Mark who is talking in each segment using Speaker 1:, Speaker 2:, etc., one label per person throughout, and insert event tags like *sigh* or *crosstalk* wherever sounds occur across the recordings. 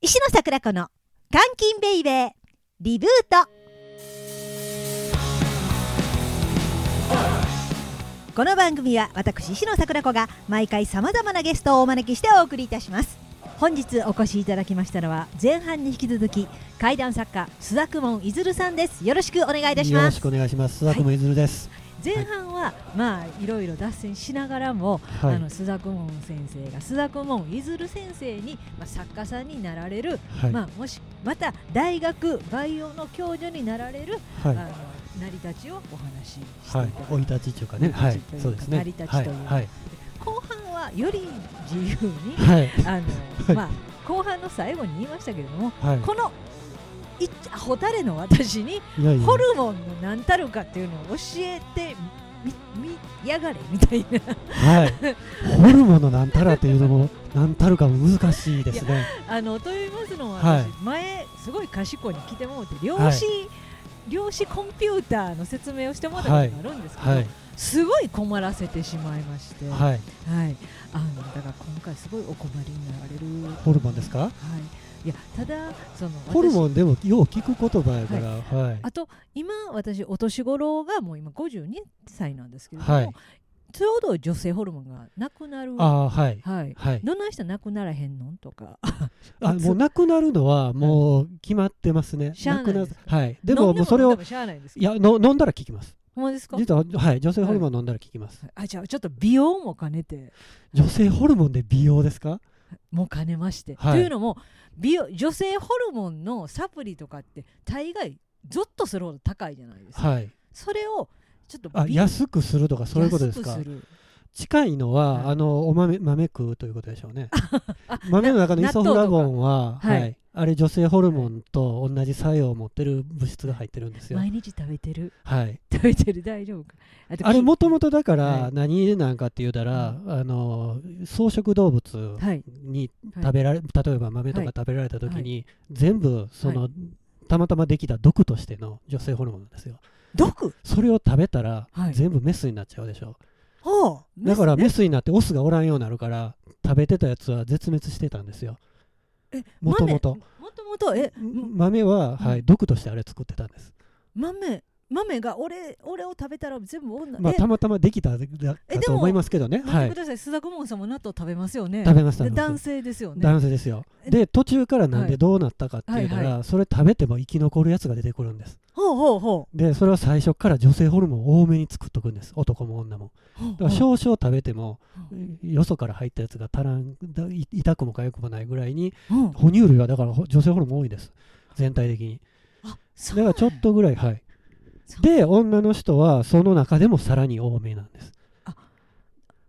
Speaker 1: 石野桜子の監禁ベイベーリブートこの番組は私石野桜子が毎回さまざまなゲストをお招きしてお送りいたします本日お越しいただきましたのは前半に引き続き怪談作家須田公文いずるさんですよろしくお願いいたし
Speaker 2: よろ
Speaker 1: ま
Speaker 2: し
Speaker 1: す
Speaker 2: くお願いします。
Speaker 1: は
Speaker 2: 須
Speaker 1: い
Speaker 2: 田もいずるです。
Speaker 1: 前半はまあいろいろ脱線しながらも、
Speaker 2: はい
Speaker 1: あの須田顧問先生が須田顧問いずる先生に、まあ、作家さんになられる、
Speaker 2: はい。
Speaker 1: まあ、もしまた大学バイオの教授になられる、あ。
Speaker 2: はい
Speaker 1: の成り立ちをお話ししていた
Speaker 2: は
Speaker 1: だ
Speaker 2: い
Speaker 1: き。
Speaker 2: 生い立ちというかね。は
Speaker 1: 生い
Speaker 2: い
Speaker 1: 立ちという。か
Speaker 2: そうですね。
Speaker 1: 成り立ちという
Speaker 2: はい。
Speaker 1: 後半はより自由に
Speaker 2: はい。 *laughs* はい
Speaker 1: あ
Speaker 2: は
Speaker 1: の、
Speaker 2: い
Speaker 1: まあ、後半の最後に言いましたけれども
Speaker 2: はい
Speaker 1: このいっホタレの私に
Speaker 2: いやいや
Speaker 1: ホルモンの何たるかっていうのを教えてみみやがれみたいな。 *laughs*
Speaker 2: はい。ホルモンのなんたらっていうのも、なんたるかも難しいです
Speaker 1: *laughs*
Speaker 2: ね。
Speaker 1: あのと言いますのは、
Speaker 2: はい
Speaker 1: 私前すごい賢いに来てもうて量子、
Speaker 2: はい
Speaker 1: 量子コンピューターの説明をしてもらったことがあるんですけど、
Speaker 2: はい。
Speaker 1: すごい困らせてしまいまして、はい
Speaker 2: はい。
Speaker 1: あのだから今回すごいお困りになられる
Speaker 2: ホルモンですか。
Speaker 1: はい、いやただその
Speaker 2: ホル
Speaker 1: ン
Speaker 2: モンでも、よう聞く言葉やから。はい。
Speaker 1: あと今私お年頃がもう今52歳なんですけれども、
Speaker 2: はい
Speaker 1: ちょうど女性ホルモンがなくなる
Speaker 2: ああ、はい。
Speaker 1: はい、
Speaker 2: はい。
Speaker 1: どんな人なくならへんのとか
Speaker 2: あ、もうなくなるのは、もう決まってますね。
Speaker 1: しゃあない
Speaker 2: な
Speaker 1: で
Speaker 2: く
Speaker 1: す
Speaker 2: な。はい。でも、もうそれ
Speaker 1: 飲ん
Speaker 2: を
Speaker 1: で。もしゃあないですけ
Speaker 2: い
Speaker 1: ど
Speaker 2: や、の、飲んだら効きます。
Speaker 1: ほんまですか
Speaker 2: 実は、はい、女性ホルモン飲んだら効きます。
Speaker 1: あじゃあちょっと美容も兼ねて
Speaker 2: 女性ホルモンで美容ですか。
Speaker 1: も兼ねまして、
Speaker 2: はい
Speaker 1: というのも美容女性ホルモンのサプリとかって大概ゾッとするほど高いじゃないですか、
Speaker 2: はい。
Speaker 1: それをちょっと
Speaker 2: あ
Speaker 1: 美
Speaker 2: 安くするとかそういうことですか
Speaker 1: 安くする
Speaker 2: 近いのは、
Speaker 1: はい
Speaker 2: あのお豆豆食うということでしょう
Speaker 1: *laughs*
Speaker 2: ね豆の中のイソフラボン
Speaker 1: 納豆と
Speaker 2: は、
Speaker 1: か
Speaker 2: は
Speaker 1: はい
Speaker 2: いあれ女性ホルモンと同じ作用を持ってる物質が入ってるんですよ、
Speaker 1: 毎日食べてる *laughs*
Speaker 2: はい、
Speaker 1: 食べてる大丈夫かあと
Speaker 2: あれもとも
Speaker 1: と
Speaker 2: とだか
Speaker 1: は
Speaker 2: ら
Speaker 1: い
Speaker 2: 何なんかって言うたら、あの草食動物
Speaker 1: はい
Speaker 2: に食べられ、例えば豆とか
Speaker 1: はい
Speaker 2: 食べられた時に、
Speaker 1: は
Speaker 2: 全部その、
Speaker 1: は
Speaker 2: たまたまできた毒としての女性ホルモンなんですよ
Speaker 1: 毒
Speaker 2: それを食べたら、
Speaker 1: はい
Speaker 2: 全部メスになっちゃうでしょ
Speaker 1: はあ
Speaker 2: だからメスになってオスがおらんようになるから食べてたやつは絶滅してたんですよ
Speaker 1: え
Speaker 2: もともと
Speaker 1: 豆もともとえ
Speaker 2: 豆は、は
Speaker 1: う
Speaker 2: い、毒としてあれ作ってたんです、
Speaker 1: 豆豆が俺俺を食べたら全部女、
Speaker 2: まあ、
Speaker 1: え
Speaker 2: たまたまできただ
Speaker 1: え
Speaker 2: だ
Speaker 1: で
Speaker 2: と
Speaker 1: も
Speaker 2: 思いますけどね、
Speaker 1: 待っ
Speaker 2: は
Speaker 1: て
Speaker 2: い
Speaker 1: く、ださい、須田顧問さんも納豆食べますよね
Speaker 2: 食べました
Speaker 1: で
Speaker 2: 僕
Speaker 1: 男性ですよね
Speaker 2: 男性ですよ
Speaker 1: え
Speaker 2: で途中からなん
Speaker 1: は
Speaker 2: で
Speaker 1: い
Speaker 2: どうなったかっていうたら、
Speaker 1: はい
Speaker 2: それ食べても生き残るやつが出てくるんです
Speaker 1: ほうほうほ
Speaker 2: でそれを最初から女性ホルモンを多めに作っとくんです男も女も
Speaker 1: うほう
Speaker 2: だから少々食べても
Speaker 1: う
Speaker 2: よそから入ったやつが足らんだい痛くも痒くもないぐらいに
Speaker 1: うん
Speaker 2: 哺乳類はだからほ女性ホルモン多いんです全体的に
Speaker 1: あそ
Speaker 2: だ
Speaker 1: う
Speaker 2: からちょっとぐらいはいで女の人はその中でもさらに多めなんです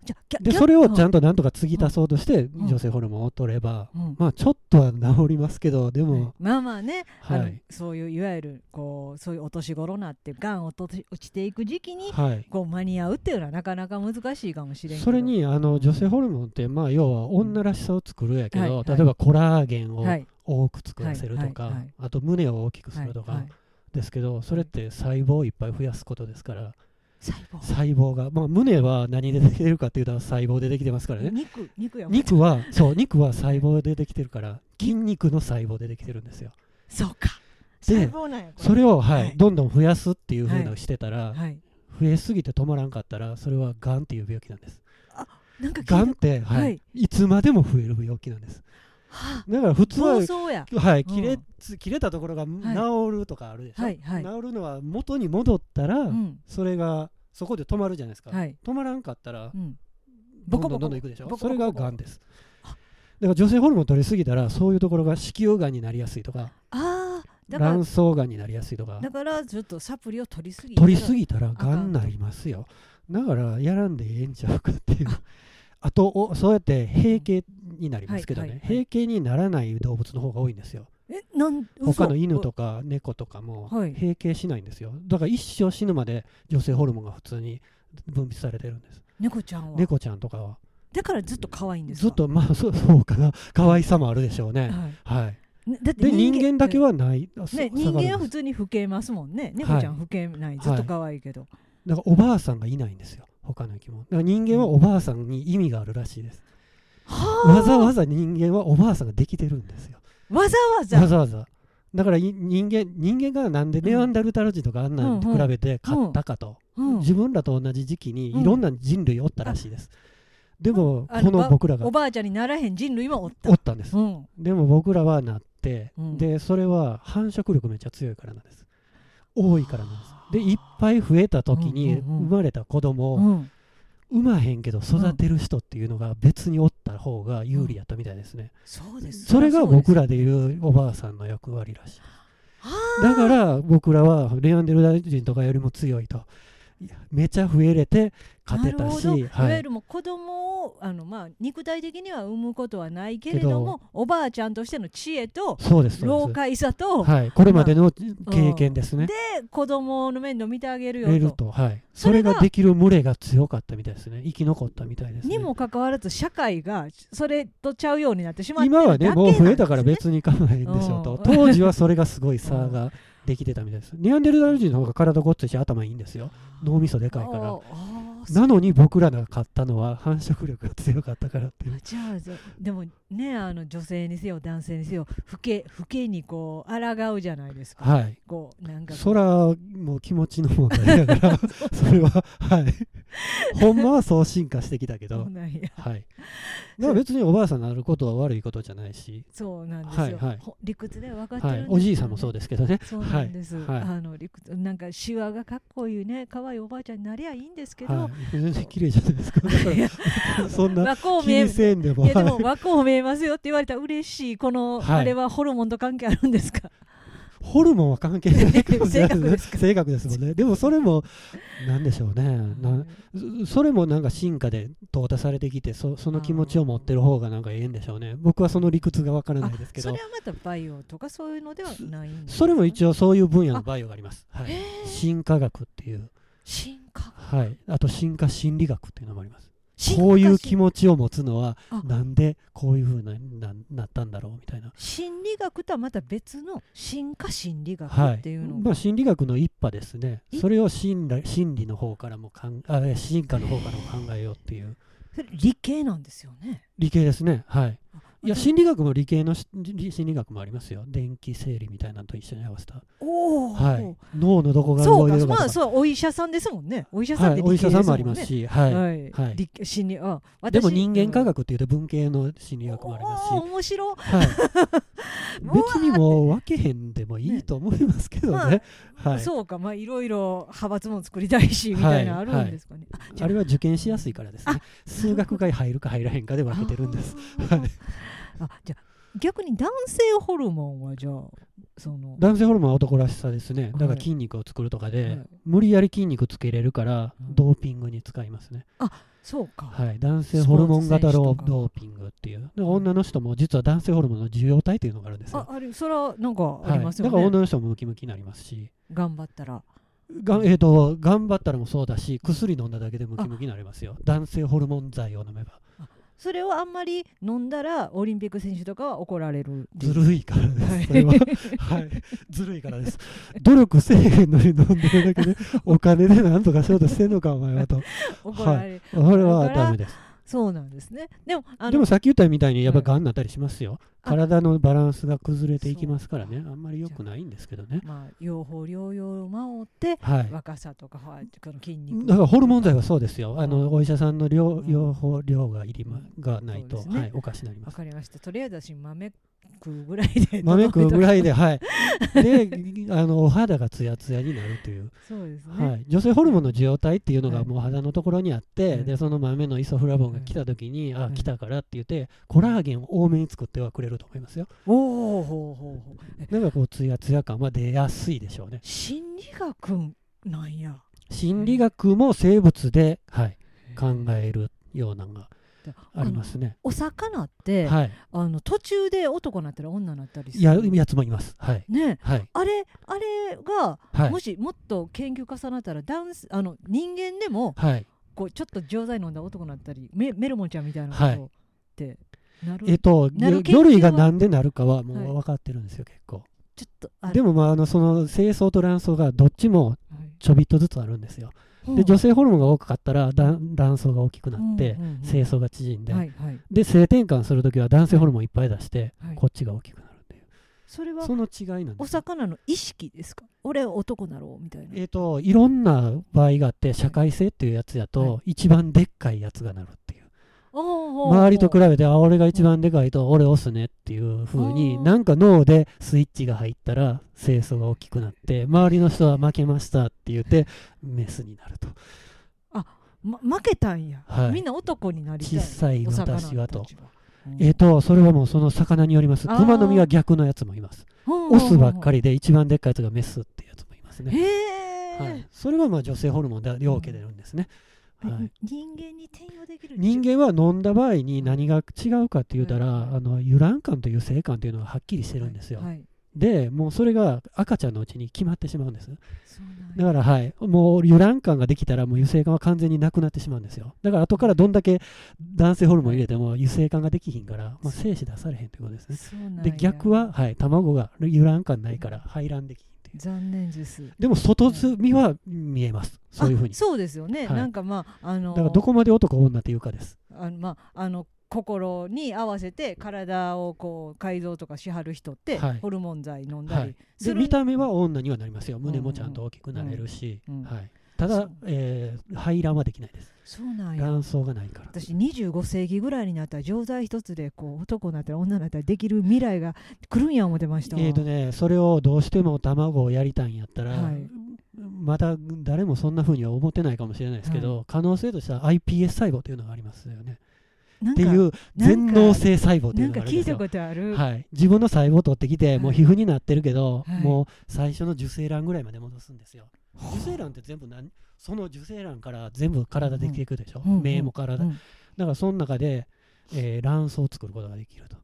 Speaker 1: じゃあ逆
Speaker 2: でそれをちゃ
Speaker 1: ん
Speaker 2: んとなんとか継ぎ足そうとして
Speaker 1: ん
Speaker 2: 女性ホルモンを取れば
Speaker 1: うん
Speaker 2: まあちょっとは治りますけどでも
Speaker 1: まあまあね、あ
Speaker 2: は
Speaker 1: の
Speaker 2: い
Speaker 1: そういういわゆるこうそういうお年頃なってがんをと落ちていく時期に
Speaker 2: はい
Speaker 1: こう間に合うっていうのはなかなか難しいかもしれんけど
Speaker 2: それにあの
Speaker 1: うん
Speaker 2: 女性ホルモンってまあ要は女らしさを作るやけ
Speaker 1: はいは
Speaker 2: ど
Speaker 1: い
Speaker 2: 例えばコラーゲンを
Speaker 1: はい
Speaker 2: 多く作らせると
Speaker 1: はい
Speaker 2: か
Speaker 1: はいはい
Speaker 2: あと胸を大きくす
Speaker 1: はい
Speaker 2: ると
Speaker 1: は
Speaker 2: か
Speaker 1: い
Speaker 2: ですけどそれって細胞をいっぱい増やすことですから
Speaker 1: 細胞
Speaker 2: 細胞がまあ胸は何でできてるかっていうと細胞でできてますからね
Speaker 1: 肉肉やもん
Speaker 2: 肉はそう肉は細胞でできてるから筋肉の細胞でできてるんですよ
Speaker 1: そうか細
Speaker 2: で
Speaker 1: 胞なんやこれ
Speaker 2: それを、はい
Speaker 1: はい
Speaker 2: どんどん増やすっていうふうなしてたら、
Speaker 1: はい
Speaker 2: 増えすぎて止まらんかったらそれはがんっていう病気なんです
Speaker 1: なんか聞いた
Speaker 2: がんって、はい
Speaker 1: はい
Speaker 2: い、つまでも増える病気なんです
Speaker 1: はあ
Speaker 2: だから普通は
Speaker 1: 暴、走や
Speaker 2: はい、
Speaker 1: うん
Speaker 2: 切れ切れたところが治るとかあるでしょ、
Speaker 1: はいはい
Speaker 2: 治るのは元に戻ったら、
Speaker 1: うん
Speaker 2: それがそこで止まるじゃないですか、
Speaker 1: はい
Speaker 2: 止まらんかったら
Speaker 1: うん
Speaker 2: どんどんどんどんいくでし
Speaker 1: ボコボ
Speaker 2: ょ
Speaker 1: コ
Speaker 2: それががんです
Speaker 1: あ
Speaker 2: だから女性ホルモン取りすぎたらそういうところが子宮がんになりやすいとか
Speaker 1: ああだから
Speaker 2: 卵巣がんになりやすいとか
Speaker 1: だからちょっとサプリを取りすぎ
Speaker 2: 取り
Speaker 1: ぎ
Speaker 2: すぎたらがんになりますよだからやらんでええんちゃうかっていうあとおそうやって閉経になりますけどね、
Speaker 1: はいはいはい
Speaker 2: 閉経にならない動物の方が多いんですよ
Speaker 1: えなん
Speaker 2: 他の犬とか猫とかも
Speaker 1: はい
Speaker 2: 閉経しないんですよだから一生死ぬまで女性ホルモンが普通に分泌されてるんです
Speaker 1: 猫ちゃんは
Speaker 2: 猫ちゃんとかは
Speaker 1: だからずっと可愛いんですか
Speaker 2: ずっ、とまあそうそうかな可愛さもあるでしょうね、
Speaker 1: は
Speaker 2: はい、
Speaker 1: い、ねだって
Speaker 2: で人間だけ
Speaker 1: は、
Speaker 2: はない、あそ
Speaker 1: ね、
Speaker 2: 下
Speaker 1: 人
Speaker 2: がるんです
Speaker 1: 間は普通に老けますもんね猫ちゃん老けない、ずっと可愛いけど、
Speaker 2: だからおばあさんがいないんですよ他の生き物だから人間はおばあさんに意味があるらしいです、
Speaker 1: はあ
Speaker 2: わざわざ人間はおばあさんができてるんですよ
Speaker 1: わざわざ
Speaker 2: わざわざだからい人間人間がなんでネアンダルタル人とかあんなんと比べて勝ったかと、
Speaker 1: うん
Speaker 2: 自分らと同じ時期にいろんな人類おったらしいです、でも
Speaker 1: あ
Speaker 2: この僕らが
Speaker 1: おばあちゃんにならへん人類もおった
Speaker 2: おったんです
Speaker 1: うん
Speaker 2: でも僕らはなって、
Speaker 1: うん
Speaker 2: でそれは繁殖力めっちゃ強いからなんです多いからなんですでいっぱい増えた時に
Speaker 1: うんうんうん
Speaker 2: 生まれた子供を、
Speaker 1: うん
Speaker 2: 産まへんけど育てる人っていうのが別におった方が有利やったみたいですね、
Speaker 1: そうです
Speaker 2: それが僕
Speaker 1: ら
Speaker 2: らでいうおばあさんの役割らしいだから僕らはレアンデル大人とかよりも強いといやめちゃ増えれて勝てた
Speaker 1: な
Speaker 2: し
Speaker 1: るほど、い、
Speaker 2: は
Speaker 1: わゆ
Speaker 2: い、
Speaker 1: るもう子供をあのまあ肉体的には産むことはないけれどもおばあちゃんとしての知恵と
Speaker 2: そうですそ
Speaker 1: 老
Speaker 2: うで
Speaker 1: 快さと、
Speaker 2: す、はい、これまでの経験ですね、
Speaker 1: で子供の面倒見てあげるよ
Speaker 2: 得る
Speaker 1: と
Speaker 2: と、はい、
Speaker 1: そ
Speaker 2: そ
Speaker 1: れ
Speaker 2: れ
Speaker 1: が
Speaker 2: ができる群れが強かったみたいですね生き残ったみたいですね
Speaker 1: にもかかわらず社会がそれとちゃうようになってしまってる
Speaker 2: 今はね
Speaker 1: だけ
Speaker 2: もう増えた
Speaker 1: な
Speaker 2: か
Speaker 1: ん
Speaker 2: ら
Speaker 1: ですね
Speaker 2: 別に構わへんでしょう
Speaker 1: うん
Speaker 2: と当時はそれがすごい差ができてたみたいですネアンデルダル人の方が体ごっついし頭いいんですよ脳みそでかいか
Speaker 1: あ
Speaker 2: ら
Speaker 1: ーあー
Speaker 2: なのに僕らが買ったのは繁殖力が強かったからっていう
Speaker 1: じゃあぜでもねあの女性にせよ男性にせよ老け老けにこう抗うじゃないですか
Speaker 2: はい
Speaker 1: こうなんかこう
Speaker 2: そらもう気持ちの問題
Speaker 1: *laughs*
Speaker 2: だからそれははいほんまはそう進化してきたけ
Speaker 1: そ
Speaker 2: ど
Speaker 1: うなん
Speaker 2: *laughs*
Speaker 1: や
Speaker 2: はいだから別におばあさんになることは悪いことじゃないし
Speaker 1: そうなんですよ、
Speaker 2: はいはい
Speaker 1: ほ理屈では分かってるん
Speaker 2: は
Speaker 1: です
Speaker 2: い
Speaker 1: よ、ね
Speaker 2: おじいさんもそうですけどね
Speaker 1: そうなんです、
Speaker 2: はいはい
Speaker 1: あの理屈なんかシワがかっこいいね可愛いおばあちゃんになりゃいいんですけど、
Speaker 2: はい全然綺麗じゃないですかだか
Speaker 1: いや
Speaker 2: らそんな
Speaker 1: 和光
Speaker 2: 気
Speaker 1: 見え
Speaker 2: にせんでも
Speaker 1: いやでも
Speaker 2: はい
Speaker 1: 和光見えますよって言われたら嬉しいこの、
Speaker 2: はい
Speaker 1: あれはホルモンと関係あるんですか
Speaker 2: ホルモンは関係ないかもし
Speaker 1: 性
Speaker 2: れない
Speaker 1: 格ですか
Speaker 2: 性格ですもんねでもそれもなんでしょうね *laughs* なそそれもなんか進化で淘汰されてきてそその気持ちを持ってる方がなんかええんでしょうね僕はその理屈がわからないですけ
Speaker 1: そ
Speaker 2: ど
Speaker 1: れはまたバイオとかそういうのではないんですか
Speaker 2: それも一応そういう分野のバイオがあります、はい
Speaker 1: へ、
Speaker 2: 進化学っていう、
Speaker 1: 進化
Speaker 2: はい、あと進化心理学っていうのもあります
Speaker 1: 進化
Speaker 2: こういう気持ちを持つのは
Speaker 1: あ
Speaker 2: なんでこういうふうにななったんだろうみたいな、
Speaker 1: 心理学とはまた別の進化心理学
Speaker 2: は
Speaker 1: っ
Speaker 2: い
Speaker 1: ていうの
Speaker 2: まあ、心理学の一派ですね
Speaker 1: い
Speaker 2: それを心理心理の方からもかんあいや進化の方からも考えようっていう
Speaker 1: それ理系なんですよね
Speaker 2: 理系ですねはいいや
Speaker 1: 私
Speaker 2: 心理学も理系のし理心理学もありますよ電気生理みたいなのと一緒に合わせた、
Speaker 1: おお、
Speaker 2: はい、脳のどこが
Speaker 1: そ
Speaker 2: 動
Speaker 1: う
Speaker 2: いて
Speaker 1: か
Speaker 2: るか
Speaker 1: ま
Speaker 2: と
Speaker 1: あ
Speaker 2: か、
Speaker 1: そうお医者さんですもんねお医者さんっ
Speaker 2: はい、
Speaker 1: て
Speaker 2: お
Speaker 1: 理
Speaker 2: 医
Speaker 1: 系で
Speaker 2: 者
Speaker 1: す
Speaker 2: さ
Speaker 1: もん
Speaker 2: ん
Speaker 1: ね
Speaker 2: もありますし、はい
Speaker 1: はい
Speaker 2: はい
Speaker 1: 理系心理あ私
Speaker 2: でも人間科
Speaker 1: 学
Speaker 2: 学っていうと文系の心理学もありますし、
Speaker 1: 面白い *laughs*
Speaker 2: は
Speaker 1: う
Speaker 2: い、
Speaker 1: わー
Speaker 2: 別にもう分けへんでもいいと思いますけどね、はい、
Speaker 1: そうかまあいろいろ派閥も作りたいしみたいなのあるんですかね、
Speaker 2: あれは受験しやすいからですね数学が入るか入らへんかで分けてるんです。
Speaker 1: あーあじゃあ逆に男性ホルモンはじゃあその
Speaker 2: 男性ホルモンは男らしさですねだか
Speaker 1: はい
Speaker 2: ら筋肉を作るとかで、
Speaker 1: はい
Speaker 2: 無理やり筋肉つけれるから
Speaker 1: うん
Speaker 2: ドーピングに使いますね、
Speaker 1: そうか、
Speaker 2: はい男性ホルモン型
Speaker 1: スポ
Speaker 2: ロ
Speaker 1: ーツ選手とか
Speaker 2: ードーピングっていうで女の人も実は男性ホルモンの受容体っていうのがあるんです
Speaker 1: あ
Speaker 2: よ、
Speaker 1: あれそれはなんかあ
Speaker 2: は
Speaker 1: り
Speaker 2: い、
Speaker 1: ます
Speaker 2: だ
Speaker 1: よ
Speaker 2: から
Speaker 1: ね、
Speaker 2: 女の人もムキムキになりますし
Speaker 1: 頑張ったら
Speaker 2: が、えー、と頑張ったらもそうだし薬飲んだだけでムキムキになれますよ男性ホルモン剤を飲めば
Speaker 1: それをあんまり飲んだらオリンピック選手とかは怒られるってい
Speaker 2: ず
Speaker 1: う
Speaker 2: るいからで
Speaker 1: はい
Speaker 2: すそれは、はい、ずるいからです努力せえへんのに飲んでるだけでお金でなんとかしようとしてんのかお前はと
Speaker 1: 怒られる、
Speaker 2: それはダメです
Speaker 1: そうなんですねでもあの
Speaker 2: でもさっき言ったみたいにやっぱ
Speaker 1: はい
Speaker 2: がんになったりしますよ、
Speaker 1: あ
Speaker 2: 体のバランスが崩れていきますからねあんまり良くないんですけどね
Speaker 1: まあ養蜂療養を守って
Speaker 2: はい
Speaker 1: 若さとかはこの筋肉
Speaker 2: だからホルモン剤はそうですよあ
Speaker 1: うん
Speaker 2: のお医者さんの量,、
Speaker 1: うん
Speaker 2: 療法量がいり、ま、がないと、
Speaker 1: そうですね
Speaker 2: はい、おかしになりま
Speaker 1: わ
Speaker 2: す
Speaker 1: かりましたとりあえず私豆食うぐらいで、
Speaker 2: *laughs* 豆食うぐらいではい、であのお肌がツヤツヤになるという、
Speaker 1: そうですね、
Speaker 2: はい、女性ホルモンの受容体っていうの
Speaker 1: は
Speaker 2: が
Speaker 1: い
Speaker 2: もう肌のところにあって、
Speaker 1: はい
Speaker 2: でその豆のイソフラボンが来た時に、
Speaker 1: は
Speaker 2: あ
Speaker 1: い
Speaker 2: 来たからって言ってコラーゲンを多めに作ってはくれると思いますよ
Speaker 1: おおほうほうほうえ
Speaker 2: なんかこうツヤツヤ感は出やすいでしょうね
Speaker 1: 心理学なんや
Speaker 2: 心理学も生物で、はい、考
Speaker 1: え
Speaker 2: えるようなのがありますね
Speaker 1: お魚って、
Speaker 2: はい
Speaker 1: あの途中で男になったり女になったりする
Speaker 2: ややつもいますはい
Speaker 1: ね
Speaker 2: はい
Speaker 1: あれあれが、
Speaker 2: はい
Speaker 1: もしもっと研究重なったらダンスあの人間でも
Speaker 2: はい
Speaker 1: こうちょっと錠剤飲んだ男になったりメメルモンちゃんみたいなことってなる、
Speaker 2: えっと
Speaker 1: なる
Speaker 2: 魚
Speaker 1: 研究は
Speaker 2: 魚類がなんでなるかはも
Speaker 1: はいう
Speaker 2: 分かってるんですよ結構
Speaker 1: ちょっとあ
Speaker 2: でもまああのその精巣と卵巣がどっちも
Speaker 1: はい
Speaker 2: ちょびっとずつあるんですよで女性ホルモンが多かったらだん卵巣が大きくなって
Speaker 1: うんうんうん
Speaker 2: 精巣が縮んで
Speaker 1: はいはい
Speaker 2: で性転換するときは男性ホルモンいっぱい出して
Speaker 1: はい
Speaker 2: こっちが大きくなるっていう
Speaker 1: それは
Speaker 2: その違いなんで
Speaker 1: お
Speaker 2: すよ
Speaker 1: 魚の意識ですか俺男だろうみたいな
Speaker 2: えー、といろんな場合があって社会性っていうやつやと、
Speaker 1: は
Speaker 2: 一番でっかいやつがなるっていう
Speaker 1: 周
Speaker 2: 周りと比べてあ俺が一番でかいと俺押すねっていう風に
Speaker 1: あー
Speaker 2: なんか脳でスイッチが入ったら清楚が大きくなって周りの人は負けましたって言ってメスになると
Speaker 1: ま、負けたんや、
Speaker 2: はい
Speaker 1: みんな男になりたい
Speaker 2: 小さい
Speaker 1: お魚
Speaker 2: 私はと
Speaker 1: たちうん
Speaker 2: えっとそれはもうその魚によります
Speaker 1: あー
Speaker 2: 熊の実は逆のやつもいます
Speaker 1: うん
Speaker 2: オスばっかりで一番でっかいやつがメスってやつもいますね、
Speaker 1: へえ、
Speaker 2: はい、それはまあ女性ホルモンで両受けてるんですね、はい
Speaker 1: え人間に転用できるんでしょ
Speaker 2: 人間は飲んだ場合に何が違うかって言ったら、あの油卵感と油性感というのがはっきりしてるんですよ、
Speaker 1: はいはい
Speaker 2: でもうそれが赤ちゃんのうちに決まってしまうんです
Speaker 1: そうなん
Speaker 2: だ
Speaker 1: や
Speaker 2: からはいもう油卵感ができたらもう油性感は完全になくなってしまうんですよだから後からどんだけ男性ホルモン入れても油性感ができひんから、まあ、精子出されへんということですね
Speaker 1: そうなんや
Speaker 2: で逆は、はい、卵が油卵感ないから排卵できひんっていう
Speaker 1: 残念です
Speaker 2: でも外隅は見えますそういうふう
Speaker 1: あ
Speaker 2: に
Speaker 1: そうですよね、
Speaker 2: はい
Speaker 1: なんかまああの
Speaker 2: だからどこまで男女っていうかです
Speaker 1: あのまああの心に合わせて体をこう改造とかしはる人って、
Speaker 2: はい
Speaker 1: ホルモン剤飲んだり、
Speaker 2: はい
Speaker 1: す
Speaker 2: で
Speaker 1: る
Speaker 2: 見た目は女にはなりますよ胸もちゃん
Speaker 1: うん
Speaker 2: と大きくなれるし、
Speaker 1: うんうん
Speaker 2: はい、た
Speaker 1: そ
Speaker 2: だ
Speaker 1: う、
Speaker 2: えー排卵はできないです
Speaker 1: そうなんや
Speaker 2: 卵巣がないから
Speaker 1: 私25世紀ぐらいになったら錠剤一つでこう男になったら女になったらできる未来が来るんや思ってましたわ
Speaker 2: えーとね、それをどうしても卵をやりたいんやったら、
Speaker 1: はい
Speaker 2: また誰もそんな風には思ってないかもしれないですけど、可能性としては iPS 細胞というのがありますよね。
Speaker 1: なん
Speaker 2: って
Speaker 1: か
Speaker 2: いう全能性細胞とい
Speaker 1: な
Speaker 2: うんの
Speaker 1: か
Speaker 2: があ
Speaker 1: 聞
Speaker 2: るんで
Speaker 1: い
Speaker 2: す
Speaker 1: た
Speaker 2: よ。
Speaker 1: ことある、
Speaker 2: はい、自分の細胞を取ってきて、
Speaker 1: い
Speaker 2: もう皮膚になってるけど、
Speaker 1: はい
Speaker 2: もう最初の受精卵ぐらいまで戻すんですよ。受精卵って全部何その受精卵から全部体できていくでしょ、
Speaker 1: うんうん
Speaker 2: 目も体、
Speaker 1: うん
Speaker 2: だからその中で、えー卵巣を作ることができると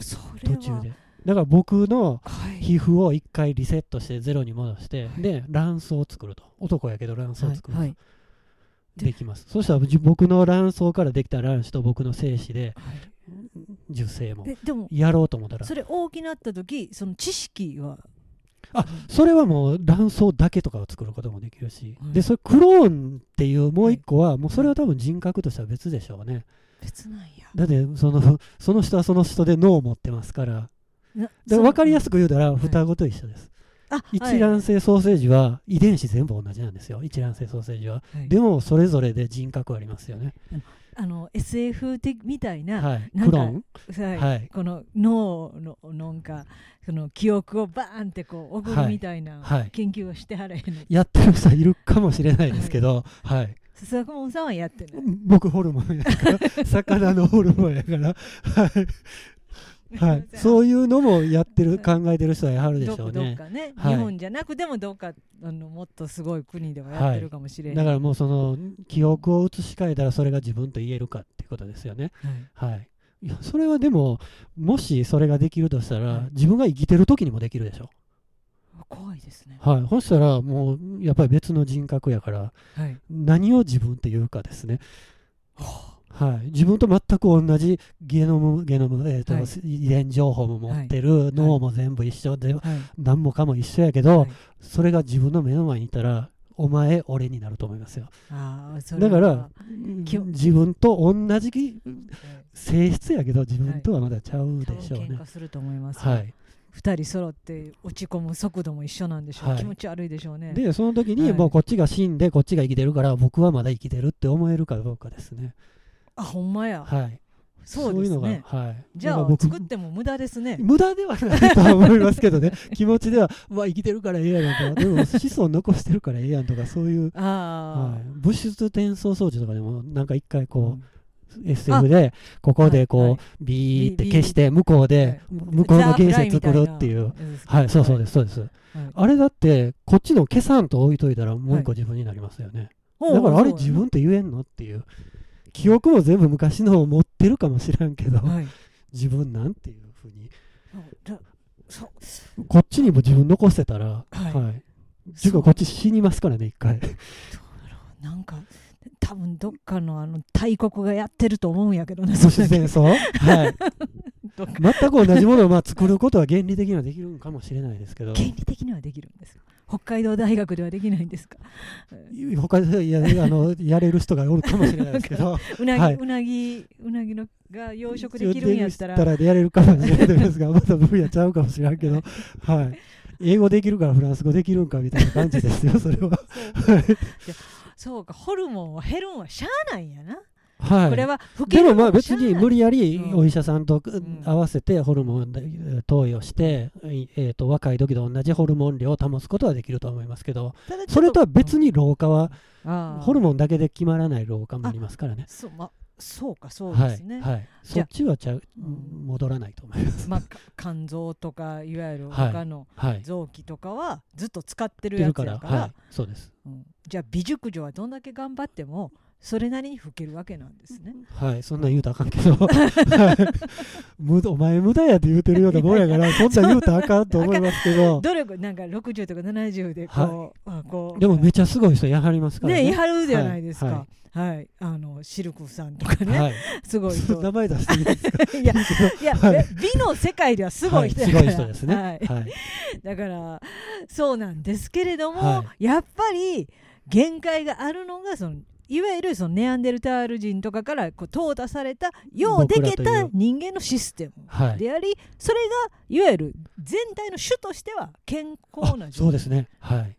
Speaker 1: それ
Speaker 2: 途
Speaker 1: は
Speaker 2: 中でだから僕の
Speaker 1: はい
Speaker 2: 皮膚を一回リセットしてゼロに戻して、
Speaker 1: はい
Speaker 2: で卵巣を作ると男やけど卵巣を作る
Speaker 1: は
Speaker 2: と、
Speaker 1: いはいで
Speaker 2: できますそしたらじ僕の卵巣からできた卵子と僕の精子で
Speaker 1: はい
Speaker 2: 受精も
Speaker 1: えでも
Speaker 2: やろうと思ったら
Speaker 1: それ大きなった時その知識は
Speaker 2: あそれはもう卵巣だけとかを作ることもできるし、
Speaker 1: はい
Speaker 2: でそれクローンっていうもう一個はもうそれは多分人格としては別でしょうね
Speaker 1: 別なんや
Speaker 2: だってそのその人はその人で脳を持ってますから
Speaker 1: な
Speaker 2: で分かりやす
Speaker 1: く
Speaker 2: く言うたら双子と一緒です、
Speaker 1: あ
Speaker 2: 一卵性ソーセージは遺伝子全部同じなんですよ一卵性ソーセージはでもそれぞれで人格ありますよね。
Speaker 1: あの SF 的みたいな、
Speaker 2: はい。
Speaker 1: なん
Speaker 2: ク
Speaker 1: か
Speaker 2: ローン。
Speaker 1: はい
Speaker 2: はい。
Speaker 1: この脳のなんかその記憶をバーンってこう送るみたいな
Speaker 2: はいはい
Speaker 1: 研究をしてはれへんの、
Speaker 2: やってる人いるかもしれないですけど、はい。
Speaker 1: 須坂門さんはやってない
Speaker 2: 僕ホルモン
Speaker 1: *laughs*
Speaker 2: やから、魚のホルモンやから、はい。はい。そういうのもやってる、考えてる人はやはるでしょう
Speaker 1: どどっ
Speaker 2: ね。
Speaker 1: かね、
Speaker 2: はい
Speaker 1: 日本じゃなくてもどっかあのもっとすごい国ではやってるかもしれない、
Speaker 2: だからもうその記憶を移し替えたらそれが自分と言えるかっていうことですよね。
Speaker 1: はい
Speaker 2: はい。いやそれはでももしそれができるとした
Speaker 1: はい
Speaker 2: ら自分が生きてる時にもできるでしょ。
Speaker 1: 怖いですね、
Speaker 2: はい。そしたらもうやっぱり別の人格やから
Speaker 1: はい、
Speaker 2: 何を自分っていうかですね。はい、自分と全く同じゲノム、ゲノム、えーと
Speaker 1: はい
Speaker 2: 遺伝情報も持ってる、脳も全部一緒で、
Speaker 1: はい
Speaker 2: 何もかも一緒やけど、
Speaker 1: はい
Speaker 2: それが自分の目の前にいたら、お前、俺になると思いますよ。
Speaker 1: あーそれ
Speaker 2: だ
Speaker 1: は
Speaker 2: から、
Speaker 1: きょ
Speaker 2: 自分と同じ
Speaker 1: はい
Speaker 2: 性質やけど、自分とはまだちゃう
Speaker 1: 多
Speaker 2: で
Speaker 1: 分
Speaker 2: しょう
Speaker 1: 喧
Speaker 2: ね
Speaker 1: 嘩。すると思いますよ、
Speaker 2: はい、
Speaker 1: 2人揃って落ち込む速度も一緒なんでしょう、
Speaker 2: はい
Speaker 1: 気持ち悪いでしょうね
Speaker 2: で、その時
Speaker 1: は
Speaker 2: に、
Speaker 1: い
Speaker 2: もうこっちが死んで、こっちが生きてるから、僕はまだ生きてるって思えるかどうかですね。
Speaker 1: あほんまや、
Speaker 2: はい、
Speaker 1: そうです
Speaker 2: そういう
Speaker 1: ね
Speaker 2: のが、はい、
Speaker 1: じゃ
Speaker 2: だ
Speaker 1: あ
Speaker 2: から僕
Speaker 1: 作っても無駄ですね
Speaker 2: 無駄ではないとは思います
Speaker 1: *laughs*
Speaker 2: けどね気持ちではうわ生きてるからええやろとかでも子孫残してるからええやんとかそういう、
Speaker 1: あ
Speaker 2: は
Speaker 1: あ、
Speaker 2: い、物質転送装置とかでもなんか一回こ
Speaker 1: ん
Speaker 2: う、SF でここでこう、
Speaker 1: はいはい
Speaker 2: ビーって
Speaker 1: ビ
Speaker 2: 消して向こうで、
Speaker 1: はい。
Speaker 2: 向こうの原子作るっていう。はい、そうそうですす、そうです。
Speaker 1: はい
Speaker 2: あれだって、こっちの消さんと置いといたら、もう一個自分になりますよね。だから、あれ自分って言えんのっていう。記憶も全部昔のを持ってるかもしらんけど、
Speaker 1: はい。
Speaker 2: 自分なんていうふうに
Speaker 1: だそう
Speaker 2: こっちにも自分残してたら、
Speaker 1: は
Speaker 2: はいい。て
Speaker 1: そ
Speaker 2: いう
Speaker 1: う
Speaker 2: かこっち死にますからね、一
Speaker 1: *laughs*
Speaker 2: 回。
Speaker 1: なんか多分どっかのあの大国がやってると思うんやけどね。
Speaker 2: 物質戦争。はい。
Speaker 1: *laughs* どっか
Speaker 2: 全く同じものをまあ作ることは原理的にはできるんかもしれないですけど、
Speaker 1: 原理的にはできるんですか。北海道大学ではできないんですか。
Speaker 2: 他でやあのやれる人がおるかもしれないですけど、
Speaker 1: *laughs* うなぎ、
Speaker 2: はいう
Speaker 1: なぎうなぎのが養殖できるんやったら
Speaker 2: たらでやれるかもしれないですが、また分野ちゃうかもしれんけど、はい。英語できるからフランス語できるんかみたいな感じですよ、
Speaker 1: *laughs*
Speaker 2: それは。
Speaker 1: そうかホルモンは減るんはしゃあないんやな、
Speaker 2: はい。
Speaker 1: これは老ける
Speaker 2: でも
Speaker 1: の
Speaker 2: まあ
Speaker 1: はしゃ
Speaker 2: 別
Speaker 1: あない
Speaker 2: に無理やり
Speaker 1: うん
Speaker 2: お医者さんと
Speaker 1: ん
Speaker 2: 合わせてホルモン投与して、いえー、と若い時と同じホルモン量を保つことはできると思いますけど
Speaker 1: ただちょっ
Speaker 2: それとは別に老化は
Speaker 1: ああ
Speaker 2: ホルモンだけで決まらない老化もありますからね。
Speaker 1: そう,、まあ、そうかそう
Speaker 2: は
Speaker 1: で
Speaker 2: い
Speaker 1: すね、
Speaker 2: はい、
Speaker 1: じ
Speaker 2: そ
Speaker 1: ゃあ
Speaker 2: っちはちゃう
Speaker 1: うん
Speaker 2: 戻らないと思います。
Speaker 1: まあ、か肝臓とかいわゆる
Speaker 2: はい
Speaker 1: 他の
Speaker 2: はい、
Speaker 1: 臓器とかはずっと使ってる
Speaker 2: 出
Speaker 1: や
Speaker 2: る
Speaker 1: つ
Speaker 2: か
Speaker 1: や
Speaker 2: ら、
Speaker 1: から、
Speaker 2: はい、そうです。
Speaker 1: うんじゃあ美熟女はどんだけ頑張ってもそれなりに老けるわけなんですね。
Speaker 2: はい、そんなん言うたらあかんけど、 *laughs* はい無駄お前無駄やって言うてるようなもんやから、そんなん言うたらあかんと思います
Speaker 1: *laughs*
Speaker 2: けど、
Speaker 1: 努力なんか60とか70でこう,、あこう
Speaker 2: でもめっちゃすごい人やはりますから
Speaker 1: ね
Speaker 2: ね。
Speaker 1: やるじゃないですか。は、
Speaker 2: はい
Speaker 1: あのシルクさんとかね、
Speaker 2: はい、
Speaker 1: すごい人。
Speaker 2: *laughs* 名前出していいですか
Speaker 1: いやいや、え美の世界ではすごい人
Speaker 2: は
Speaker 1: や
Speaker 2: い
Speaker 1: から、
Speaker 2: すごい人です
Speaker 1: *laughs*
Speaker 2: ね。
Speaker 1: は
Speaker 2: はいい、
Speaker 1: だからそうなんですけれども、
Speaker 2: は
Speaker 1: やっぱり限界があるのがそのいわゆるそのネアンデルタール人とかからこう淘汰されたようでき
Speaker 2: 僕らとい
Speaker 1: た
Speaker 2: う
Speaker 1: 人間のシステム
Speaker 2: はい
Speaker 1: でありそれがいわゆる全体の種としては健康な
Speaker 2: あそうですね。はい。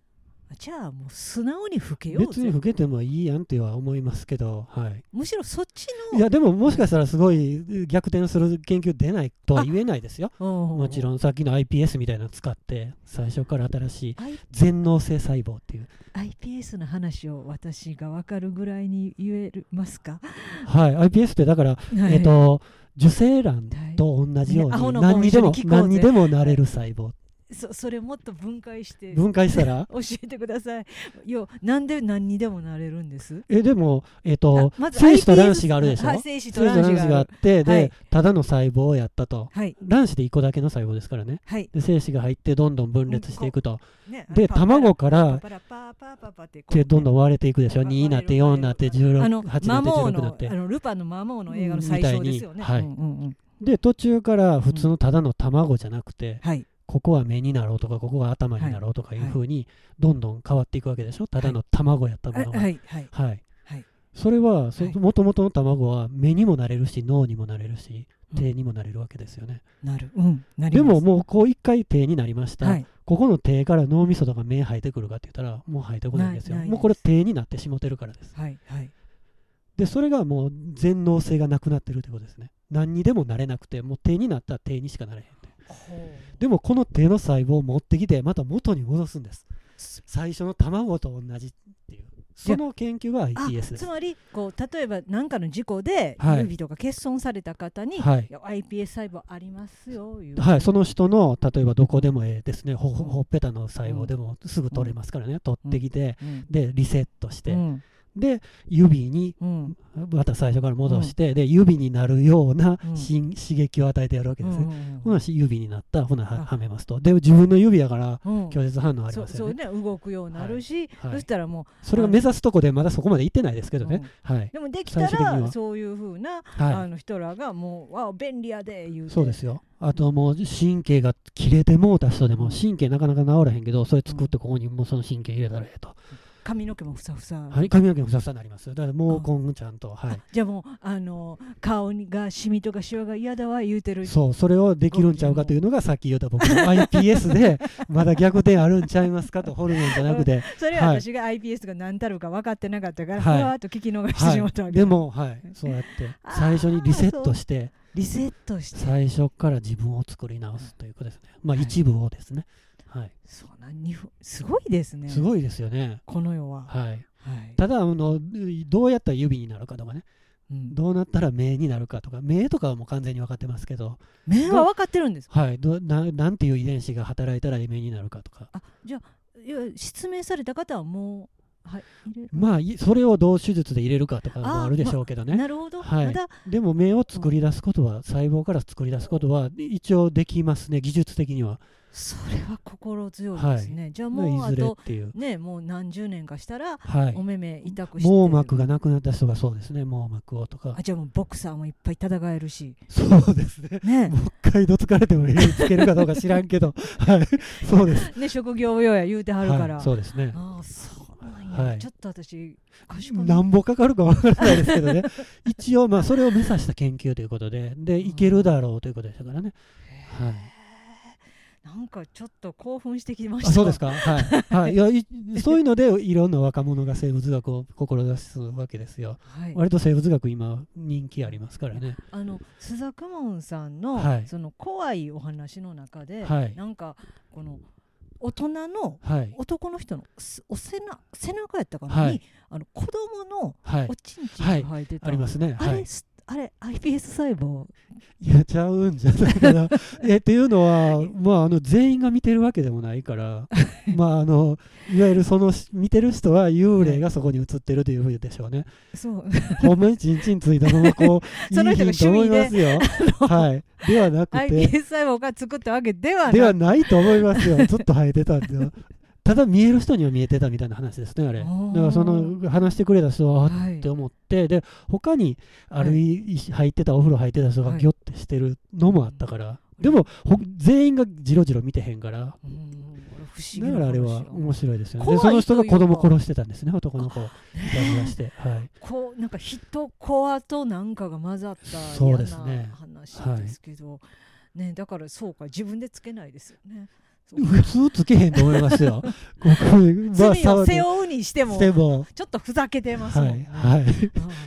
Speaker 1: じゃあもう素直に老けよう
Speaker 2: 別に
Speaker 1: ぜ
Speaker 2: 老けてもいいやんっては思いますけど、はい。
Speaker 1: むしろそっちの
Speaker 2: いやでももしかしたらすごい逆転する研究出ないとは言えないですよ。も
Speaker 1: も
Speaker 2: ち
Speaker 1: ん
Speaker 2: ろんさっきの iPS みたいなの使って最初から新しい
Speaker 1: I-
Speaker 2: 全能性細胞っていう。
Speaker 1: iPS の話を私が分かるぐらいに言えますか、
Speaker 2: はい。iPS ってだから、
Speaker 1: はい
Speaker 2: えっと受精卵と同じよう
Speaker 1: はいみんなアホの子も
Speaker 2: に何に
Speaker 1: 一緒
Speaker 2: で
Speaker 1: に
Speaker 2: も
Speaker 1: 聞こうぜ
Speaker 2: 何にでもなれる細胞。
Speaker 1: そそれもっと分解して
Speaker 2: 分解したら
Speaker 1: 教えてください。よなんで何にでもなれるんです。
Speaker 2: えでもえっと
Speaker 1: あまず
Speaker 2: 精子と
Speaker 1: iPS
Speaker 2: 卵子があるでしょ。
Speaker 1: はい、精子と
Speaker 2: そういう
Speaker 1: 卵
Speaker 2: 卵
Speaker 1: 子
Speaker 2: 子
Speaker 1: が
Speaker 2: が
Speaker 1: あ
Speaker 2: あ
Speaker 1: る
Speaker 2: っ。てで、
Speaker 1: はい
Speaker 2: ただの細胞をやったと
Speaker 1: はい
Speaker 2: 卵子で1個だけの細胞ですからね
Speaker 1: はい
Speaker 2: で精子が入ってどんどん分裂していくと、
Speaker 1: ね。
Speaker 2: で卵
Speaker 1: か
Speaker 2: から
Speaker 1: パラパラパーパーパーパーってこう
Speaker 2: でどんどん割れていくでしょ
Speaker 1: パパ
Speaker 2: 2になって
Speaker 1: パパ
Speaker 2: 4になって16
Speaker 1: あの
Speaker 2: 8に
Speaker 1: マ
Speaker 2: なって
Speaker 1: モー
Speaker 2: 16にな
Speaker 1: のあ
Speaker 2: って
Speaker 1: のルパンのマモーの映画の最初ですよね。
Speaker 2: みたいに
Speaker 1: うんうんうん
Speaker 2: で途中から普通のただの卵じゃなくて、
Speaker 1: はい
Speaker 2: ここは目になろうとかここが頭になろうとかいうふうにどんどん変わっていくわけでしょただの卵やったも
Speaker 1: はい
Speaker 2: のが。
Speaker 1: はいはい
Speaker 2: はい
Speaker 1: はい
Speaker 2: それは
Speaker 1: はい
Speaker 2: もともとの卵は目にもなれるし脳にもなれるし
Speaker 1: うん
Speaker 2: 手にもなれるわけですよね。
Speaker 1: なるうんなり
Speaker 2: で
Speaker 1: ます
Speaker 2: ももうこう一回手になりました、
Speaker 1: はい
Speaker 2: ここの手から脳みそとか目生えてくるかって言ったらもう生えてこないんですよ
Speaker 1: ないないです
Speaker 2: もうこれ手になってしもてるからです
Speaker 1: はいはい
Speaker 2: でそれがもう全能性がなくなってるってことですね何にでもなれなくてもう手になったら手にしかなれへんってでもこの手の細胞を持ってきてまた元に戻すんです最初の卵と同じっていうその研究が
Speaker 1: あ
Speaker 2: iPS で
Speaker 1: つ
Speaker 2: す
Speaker 1: まりこう例えば何かの事故で
Speaker 2: はい
Speaker 1: 指とか欠損された方に、
Speaker 2: は
Speaker 1: い
Speaker 2: い
Speaker 1: や iPS 細胞ありますよいう
Speaker 2: はい、その人の例えばどこでもええですねほほほっぺたの細胞でもすぐ取れますからね取ってきて
Speaker 1: うん
Speaker 2: でリセットして、
Speaker 1: うん
Speaker 2: で指に
Speaker 1: うん
Speaker 2: また最初から戻して、で指になるような
Speaker 1: うん
Speaker 2: 新刺激を与えてやるわけ
Speaker 1: う
Speaker 2: ですね。
Speaker 1: ん
Speaker 2: ほなし指になったほなは
Speaker 1: あ
Speaker 2: はめますとで自分の指やから
Speaker 1: うん
Speaker 2: 拒絶反応あり
Speaker 1: そ
Speaker 2: ま
Speaker 1: う
Speaker 2: す
Speaker 1: そ
Speaker 2: よ
Speaker 1: う
Speaker 2: ね
Speaker 1: ね動くようになるし、
Speaker 2: はい
Speaker 1: そしたらも
Speaker 2: それが目指すとこでまだそこまで行ってないですけ
Speaker 1: う、
Speaker 2: どね、はい
Speaker 1: うん、でもできた
Speaker 2: 最終的に
Speaker 1: ら
Speaker 2: は
Speaker 1: そういうふうな、あ
Speaker 2: は
Speaker 1: の人らがもうわあ便利やで言う
Speaker 2: い
Speaker 1: て
Speaker 2: そうですよあともう神経が切れてもうた人でも神経なかなか治らへんけどそれ作ってここにもうその神経入れたらええと、
Speaker 1: 髪の毛もふさふさ、
Speaker 2: はい、髪の毛もふさふさになりますだからもうこんちゃんとは
Speaker 1: あ
Speaker 2: い
Speaker 1: じゃあもうあの顔にがシミとかシワが嫌だわ言うてる
Speaker 2: そうそれをできるんちゃうかというのがさっき言った僕の iPS でまだ逆転あるんちゃいますかとホルモンじゃな
Speaker 1: *laughs*
Speaker 2: くて
Speaker 1: それは
Speaker 2: はい
Speaker 1: 私が iPS が何たるか分かってなかったから、
Speaker 2: はい
Speaker 1: ふわーっと聞き逃してしまった
Speaker 2: は
Speaker 1: わ
Speaker 2: い、
Speaker 1: け、
Speaker 2: でも、はい、そうやって
Speaker 1: あー
Speaker 2: 最初にリセットして
Speaker 1: リセットして
Speaker 2: 最初から自分を作り直すということですねまあ
Speaker 1: はい
Speaker 2: 一部をですね、はい
Speaker 1: そうなんにふすごいですね
Speaker 2: すごいですよね、
Speaker 1: この世は、
Speaker 2: はい、
Speaker 1: はい
Speaker 2: ただあのどうやったら指になるかとかね
Speaker 1: うん、
Speaker 2: どうなったら目になるかとか目とかはもう完全に分かってますけど、
Speaker 1: 面は分かってるんです
Speaker 2: はい、どななんていう遺伝子が働いたら目になるかとか
Speaker 1: あじゃあいや失明された方はもう、はい、入れる
Speaker 2: まあいそれをどう手術で入れるかとかもあるでしょうけどね、
Speaker 1: なるほど、
Speaker 2: はい
Speaker 1: まだ
Speaker 2: でも目を作り出すことは細胞から作り出すことは一応できますね技術的には
Speaker 1: それは心強いですね、じゃあもう
Speaker 2: い
Speaker 1: あ
Speaker 2: ずれ
Speaker 1: と
Speaker 2: っていう
Speaker 1: ねもう何十年かしたら
Speaker 2: はい
Speaker 1: お目目痛くして
Speaker 2: 網膜がなくなった人がそうですね網膜をとか
Speaker 1: あじゃあもうボクサーもいっぱい戦えるし
Speaker 2: そうですね
Speaker 1: ね
Speaker 2: もう一回どつかれても目につけるかど
Speaker 1: *laughs*
Speaker 2: うか知らんけどはいそうです
Speaker 1: ね職業用や言うてはるから、
Speaker 2: はい、そうですね
Speaker 1: ああそういや
Speaker 2: はい
Speaker 1: ちょっと私賢い
Speaker 2: なんぼかかるかわからないですけ
Speaker 1: *laughs*
Speaker 2: どね一応まあそれを目指した研究ということででいけるだろうということでしたからね、はい、
Speaker 1: なんかちょっと興奮してきまし
Speaker 2: あ
Speaker 1: た
Speaker 2: そうですか、はいはい、いやい
Speaker 1: *laughs*
Speaker 2: そういうのでいろんな若者が生物学を志すわけですよ
Speaker 1: はい、
Speaker 2: 割と生物学今人気ありますからね
Speaker 1: あの須田公文さんの、
Speaker 2: はい
Speaker 1: その怖いお話の中で、
Speaker 2: はい
Speaker 1: なんかこの大人の
Speaker 2: はい
Speaker 1: 男の人のすお背な背中やったかな、
Speaker 2: はい
Speaker 1: にあの子供の
Speaker 2: はい
Speaker 1: おちんちんが生えてた、
Speaker 2: ありますね
Speaker 1: あ
Speaker 2: は
Speaker 1: れ
Speaker 2: い
Speaker 1: すあれ iPS 細胞
Speaker 2: いやちゃうんじゃない
Speaker 1: *laughs*
Speaker 2: かなえっていうのはまああの全員が見てるわけでもないからまああのいわゆるそのし見てる人は幽霊がそこに映ってるというふうでしょうね
Speaker 1: そう
Speaker 2: ほんまにちんちんついたままこ
Speaker 1: *laughs*
Speaker 2: う
Speaker 1: その人が
Speaker 2: いいと思いますよ
Speaker 1: *laughs*
Speaker 2: はいではなくて
Speaker 1: iPS 細胞が作ったわけではない
Speaker 2: ではないと思いますよ、ずっと生えてたんで、ただ見える人には見えてたみたいな話ですね、あれ。だ
Speaker 1: お
Speaker 2: か
Speaker 1: ー
Speaker 2: らその話してくれた人は、あ
Speaker 1: はい
Speaker 2: って思って、で他に歩い入ってた、お風呂入ってた人が
Speaker 1: はい
Speaker 2: ぎょってしてるのもあったから、でもほ全員がじろじろ見てへんから、
Speaker 1: うんあれ不思議
Speaker 2: だ
Speaker 1: な
Speaker 2: からあれは
Speaker 1: 話
Speaker 2: 面白いですよね。
Speaker 1: 怖い
Speaker 2: で、
Speaker 1: とい
Speaker 2: そ
Speaker 1: か
Speaker 2: うの人が子供殺してたんですね、男の子を、いたずらして。はい
Speaker 1: こうなんか人コアとなんかが混ざった
Speaker 2: そうですね
Speaker 1: 嫌な話ですけど、ねだからそうか自分でつけないですよね。そう
Speaker 2: 普通つけへんと思います
Speaker 1: *laughs*
Speaker 2: よ。ここに
Speaker 1: 罪を背
Speaker 2: っ
Speaker 1: 負うにしても
Speaker 2: ても。
Speaker 1: ちょっとふざけてますも
Speaker 2: は
Speaker 1: ん
Speaker 2: い、
Speaker 1: ね。
Speaker 2: はい。
Speaker 1: うん
Speaker 2: い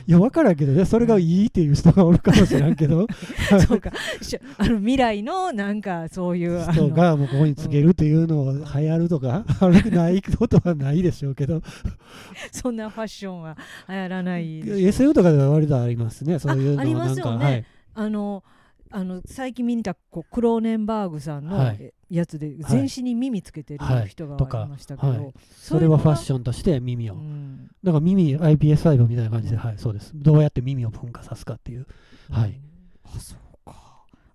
Speaker 2: や、分からんけどね、それがいいっていう人がおるかもしれんけど、
Speaker 1: そうかしあの未来のなんかそういうあ
Speaker 2: 人
Speaker 1: の
Speaker 2: がもうここにつけるっていうのを流行るとか、あれないことはないでしょうけど、
Speaker 1: そんなファッションは流行らないです
Speaker 2: SU とかでは割とありますね、そういうの
Speaker 1: ああり
Speaker 2: は
Speaker 1: ま
Speaker 2: な
Speaker 1: す
Speaker 2: ん
Speaker 1: よ
Speaker 2: か、
Speaker 1: ね
Speaker 2: はい、
Speaker 1: あのあの最近見たこうクローネンバーグさんの
Speaker 2: はい
Speaker 1: えやつで
Speaker 2: はい
Speaker 1: 全身に耳つけてる
Speaker 2: はい
Speaker 1: 人が
Speaker 2: とか
Speaker 1: いましたけど、
Speaker 2: はい
Speaker 1: そ
Speaker 2: それはファッ
Speaker 1: ョ
Speaker 2: ションとして耳を、
Speaker 1: ン、
Speaker 2: なんか耳、iPS 細胞みたいな感じで、はい、そうです、どうやって耳を噴火さすかっていう、はい、
Speaker 1: あそうか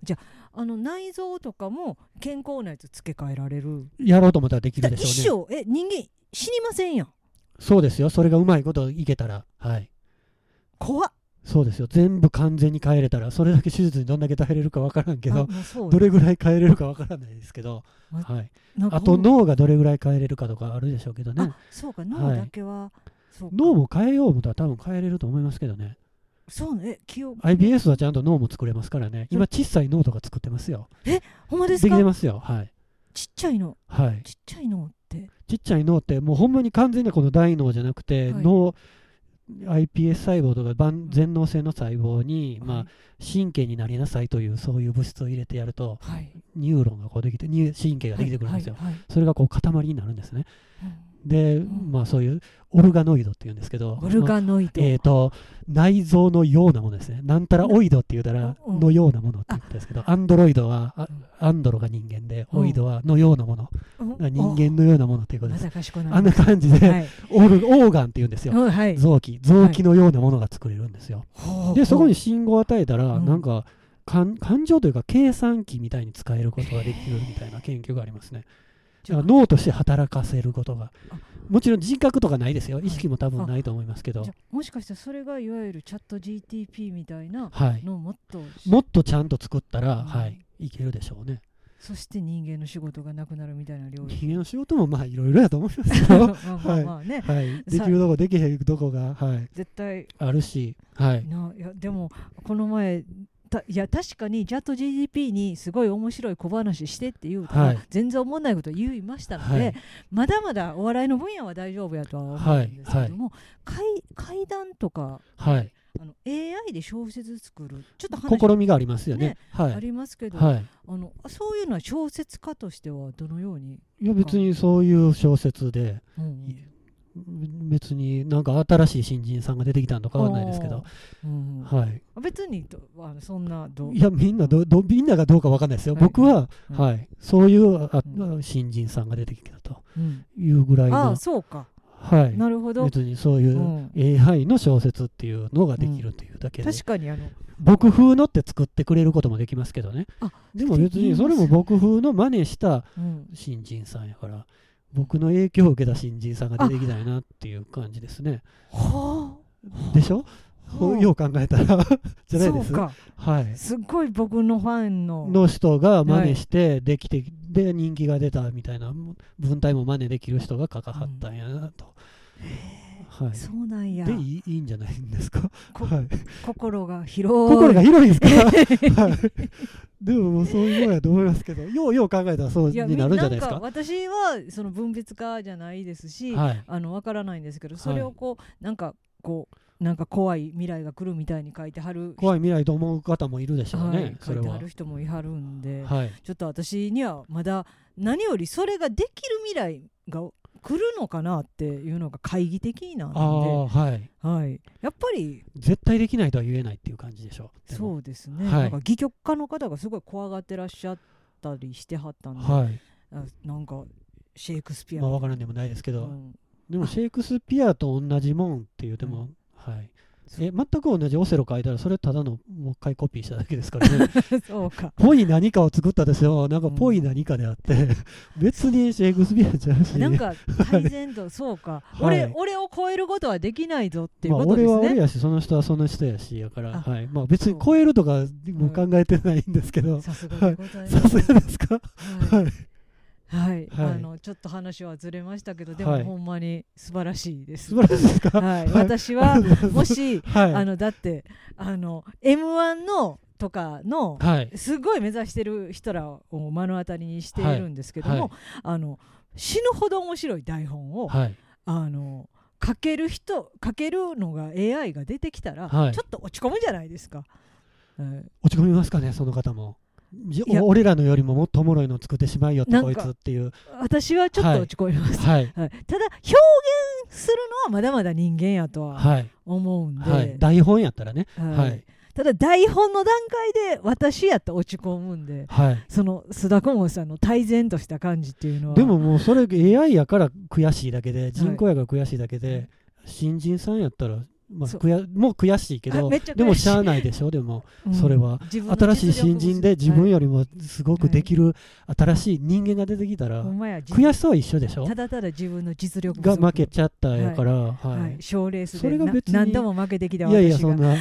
Speaker 1: じゃああの内臓とかも健康なやつ付け替えられる
Speaker 2: やろうと思ったらでき
Speaker 1: だ
Speaker 2: る
Speaker 1: か
Speaker 2: で
Speaker 1: ら
Speaker 2: し
Speaker 1: 一
Speaker 2: ょうね。
Speaker 1: 生え人間死にませんやん
Speaker 2: そうですよ、それがうまいこといけたら、はい、
Speaker 1: 怖っ
Speaker 2: そうですよ、全部完全に変えれたら、それだけ手術にどんだけ耐えれるか分からんけ
Speaker 1: あ
Speaker 2: ど、
Speaker 1: もうそう
Speaker 2: どれぐらい変えれるか分からないですけど、
Speaker 1: ま
Speaker 2: はい。
Speaker 1: なんか
Speaker 2: あと
Speaker 1: ほんま
Speaker 2: 脳がどれぐらい変えれるかとかあるでしょうけどね
Speaker 1: あそうか脳だけは、そうか
Speaker 2: 脳も変えようもとは多分変えれると思いますけどね
Speaker 1: そうねえ記憶
Speaker 2: IBS はちゃんと脳も作れますからね今小さい脳とか作ってますよ
Speaker 1: ほんまで
Speaker 2: ですき
Speaker 1: か
Speaker 2: てますよはい、
Speaker 1: ちっちゃいの
Speaker 2: はい、
Speaker 1: ちっちゃいのって
Speaker 2: ちっちゃい脳ってもうほんまに完全なこの大脳じゃなくて、
Speaker 1: はい
Speaker 2: 脳 iPS 細胞とか万全能性の細胞に、まあ、神経になりなさいというそういう物質を入れてやると
Speaker 1: あはい
Speaker 2: ニューロンがこうできてニュー神経ができてくるんですよ、
Speaker 1: はいはい
Speaker 2: それがこう塊になるんですね
Speaker 1: はい
Speaker 2: で、
Speaker 1: ん
Speaker 2: まあそういうオルガノイドっていうんですけ
Speaker 1: う
Speaker 2: ど
Speaker 1: んオルガノイド、
Speaker 2: えー、と内臓のようなものですね。なんたらオイドって言うたら、
Speaker 1: うん
Speaker 2: のようなものって言ったんですけど、アンドロイドは、あアンドロが人間で、
Speaker 1: うん
Speaker 2: オイドはのようなもの、
Speaker 1: うん
Speaker 2: 人間のようなものっていうこ
Speaker 1: お
Speaker 2: と
Speaker 1: ま
Speaker 2: です。
Speaker 1: さかしこな
Speaker 2: あんな感じで、
Speaker 1: はい
Speaker 2: オルオーガンって言うん *laughs* ですよ。
Speaker 1: うんはい
Speaker 2: 臓器、臓器のようなものが作れるんですよ。
Speaker 1: ほう
Speaker 2: で、そこに信号を与えたら、
Speaker 1: うん
Speaker 2: なんか感、感情というか計算機みたいに使えることができるみたいな研究がありますね。だから脳として働かせることが
Speaker 1: あ。
Speaker 2: もちろん人格とかないですよ。
Speaker 1: い
Speaker 2: 意識も多分ないと思いますけど
Speaker 1: じゃ。あもしかしたらそれがいわゆるチャット GTP みたいな
Speaker 2: はい。
Speaker 1: のをもっとし
Speaker 2: もっとちゃんと作ったら、
Speaker 1: うん
Speaker 2: はい、いけるでしょうね。
Speaker 1: そして人間の仕事がなくなるみたいな領
Speaker 2: *laughs*
Speaker 1: 域
Speaker 2: 人間の仕事もまあいろいろやと思いま
Speaker 1: *laughs*
Speaker 2: す
Speaker 1: まあ
Speaker 2: よ。
Speaker 1: まあまあね、
Speaker 2: はい、
Speaker 1: あ
Speaker 2: できるとこできへんとこが、はい、
Speaker 1: 絶対
Speaker 2: あるし、はい、
Speaker 1: ないやでもこの前たいや確かにチャット GDP にすごい面白い小話してって言うたら、
Speaker 2: はい
Speaker 1: 全然思わないこと言いましたので、
Speaker 2: はい、
Speaker 1: まだまだお笑いの分野は大丈夫やとは思うんですけども、怪怪談とか
Speaker 2: はい、
Speaker 1: あの AI で小説作るちょっと話
Speaker 2: 試みがありますよね。
Speaker 1: ね
Speaker 2: は
Speaker 1: あ
Speaker 2: い、
Speaker 1: りますけど、
Speaker 2: はい。
Speaker 1: あのそういうのは小説家としてはどのように、
Speaker 2: いや別にそういう小説で
Speaker 1: うんうん
Speaker 2: い別になんか新しい新人さんが出てきたんとかはないですけど、
Speaker 1: うんうん
Speaker 2: はい、
Speaker 1: 別にとあのそんなどう
Speaker 2: いやみんなどどみんながどうかわかんないですよ、
Speaker 1: はい
Speaker 2: 僕は、
Speaker 1: うん
Speaker 2: はい、そういうあ
Speaker 1: う
Speaker 2: 新人さんが出てきたと
Speaker 1: うん
Speaker 2: いうぐらい
Speaker 1: あ
Speaker 2: の
Speaker 1: あ、そうか
Speaker 2: はい、
Speaker 1: なるほど
Speaker 2: 別にそういううん AI の小説っていうのができるというだけで、
Speaker 1: 確かにあの
Speaker 2: 僕風のって作ってくれることもできますけどね
Speaker 1: あ
Speaker 2: でも別にそれも僕風の真似した
Speaker 1: うん
Speaker 2: 新人さんやから僕の影響を受けた新人さんが出てきたよなっていう感じですね
Speaker 1: は
Speaker 2: でしょ
Speaker 1: うん
Speaker 2: よう考えたら *laughs* じ
Speaker 1: あ
Speaker 2: ゃない
Speaker 1: そ
Speaker 2: で
Speaker 1: う
Speaker 2: す
Speaker 1: か
Speaker 2: はい
Speaker 1: すっごい僕のファンの
Speaker 2: の人が真似してできて、で人気が出たみたいな文体も真似できる人が書かはったんやなとはい、
Speaker 1: そうなんや
Speaker 2: でいいいいんじゃないんですか、
Speaker 1: こ
Speaker 2: はい、
Speaker 1: 心が広い
Speaker 2: 心が広い
Speaker 1: *laughs*
Speaker 2: ですから、はい、でももうそういうもんやと思いますけどようよう考えたらそう
Speaker 1: いや
Speaker 2: になるんじゃないです
Speaker 1: ん
Speaker 2: か
Speaker 1: か私はその分別化じゃないですし、
Speaker 2: はい、
Speaker 1: あのわからないんですけど
Speaker 2: はい
Speaker 1: それをこう、なんかこうなんか怖い未来が来るみたいに書いてはる
Speaker 2: 怖い未来と思う方もいるでしょうね、
Speaker 1: はい、書
Speaker 2: そ
Speaker 1: い
Speaker 2: れ
Speaker 1: ては
Speaker 2: は
Speaker 1: る。人もいはるんで、
Speaker 2: はい、
Speaker 1: ちょっと私にはまだ何よりそれができる未来が来るのかなっていうのが懐疑的なん
Speaker 2: あ
Speaker 1: で、
Speaker 2: あはい
Speaker 1: はい、やっぱり
Speaker 2: 絶対できないとは言えないっていう感じでしょうでも
Speaker 1: そうですね、
Speaker 2: はい
Speaker 1: なんか戯曲家の方がすごい怖がってらっしゃったりしてはったんで、
Speaker 2: はい
Speaker 1: あなんかシェイクスピア
Speaker 2: まあ
Speaker 1: の
Speaker 2: 分からんでもないですけど、
Speaker 1: うん
Speaker 2: でもシェイクスピアと同じもんって言うても、はい
Speaker 1: そう
Speaker 2: え全く同じオセロ書いたらそれただのもう一回コピーしただけですから
Speaker 1: *laughs*
Speaker 2: ね
Speaker 1: そうか
Speaker 2: ぽい何かを作ったですよなんかぽい何かであって、別にシェイクスピアじゃうし
Speaker 1: なんか改善度そうか、
Speaker 2: *laughs* はい
Speaker 1: 俺俺を超えることはできないぞっていう
Speaker 2: まあ、
Speaker 1: ことで
Speaker 2: 俺
Speaker 1: す
Speaker 2: は俺
Speaker 1: ね、
Speaker 2: やしその人はその人やしやから、
Speaker 1: あ
Speaker 2: はいまあ、別
Speaker 1: そ
Speaker 2: に
Speaker 1: う
Speaker 2: 超えるとかも考えてないんですけど、
Speaker 1: さすがでございます
Speaker 2: さすがですか
Speaker 1: はい
Speaker 2: はい
Speaker 1: はい、
Speaker 2: はい
Speaker 1: あのちょっと話はずれましたけどで
Speaker 2: はい
Speaker 1: もほんまに素晴らしいです、
Speaker 2: 素
Speaker 1: は
Speaker 2: 晴らしいですか
Speaker 1: い私
Speaker 2: *laughs*
Speaker 1: はも
Speaker 2: も
Speaker 1: し、
Speaker 2: はい、
Speaker 1: あのだってあの m 1のとかの
Speaker 2: はい、
Speaker 1: すごい目指してる人らを目の当たりにしているんですけども、
Speaker 2: はい
Speaker 1: あの死ぬほど面白い台本を、
Speaker 2: はい、
Speaker 1: あの書ける人書けるのが AI が出てきたら、
Speaker 2: はい
Speaker 1: ちょっと落ち込むじゃないですか。うん
Speaker 2: 落ち込みますかねその方もじ
Speaker 1: いや
Speaker 2: 俺らのよりももっとおもろいの作ってしまいよって
Speaker 1: なん
Speaker 2: こい
Speaker 1: か
Speaker 2: つっていう
Speaker 1: 私はちょっと落ち込みます、
Speaker 2: は
Speaker 1: は
Speaker 2: い
Speaker 1: い、ただ表現するのはまだまだ人間やとは
Speaker 2: はい
Speaker 1: 思うんで、
Speaker 2: はい台本やったらね
Speaker 1: はい
Speaker 2: はい
Speaker 1: ただ台本の段階で私やったら落ち込むんで
Speaker 2: はい
Speaker 1: その須田顧問さんの泰然とした感じっていうのは
Speaker 2: でももうそれ AI やから悔しいだけで人工やから悔しいだけで新人さんやったらまあ
Speaker 1: そう
Speaker 2: 悔やもう悔しいけ
Speaker 1: あ
Speaker 2: ど
Speaker 1: めっちゃ悔しい
Speaker 2: でもしゃあないでしょでも
Speaker 1: *laughs* うん
Speaker 2: それは
Speaker 1: 自分の
Speaker 2: 新しい
Speaker 1: 実力
Speaker 2: 新
Speaker 1: も
Speaker 2: 人で自分
Speaker 1: はい
Speaker 2: よりもすごくできる新しい人間が出てきたら
Speaker 1: ほんまや
Speaker 2: 悔しさは一緒でしょ
Speaker 1: ただただ自分の実力不
Speaker 2: が
Speaker 1: 足
Speaker 2: 負けちゃったやから
Speaker 1: はい
Speaker 2: はい
Speaker 1: 賞レース
Speaker 2: そ
Speaker 1: で
Speaker 2: れが
Speaker 1: な
Speaker 2: 別に
Speaker 1: 何度も負けてきた
Speaker 2: い
Speaker 1: 私が
Speaker 2: やいやそんな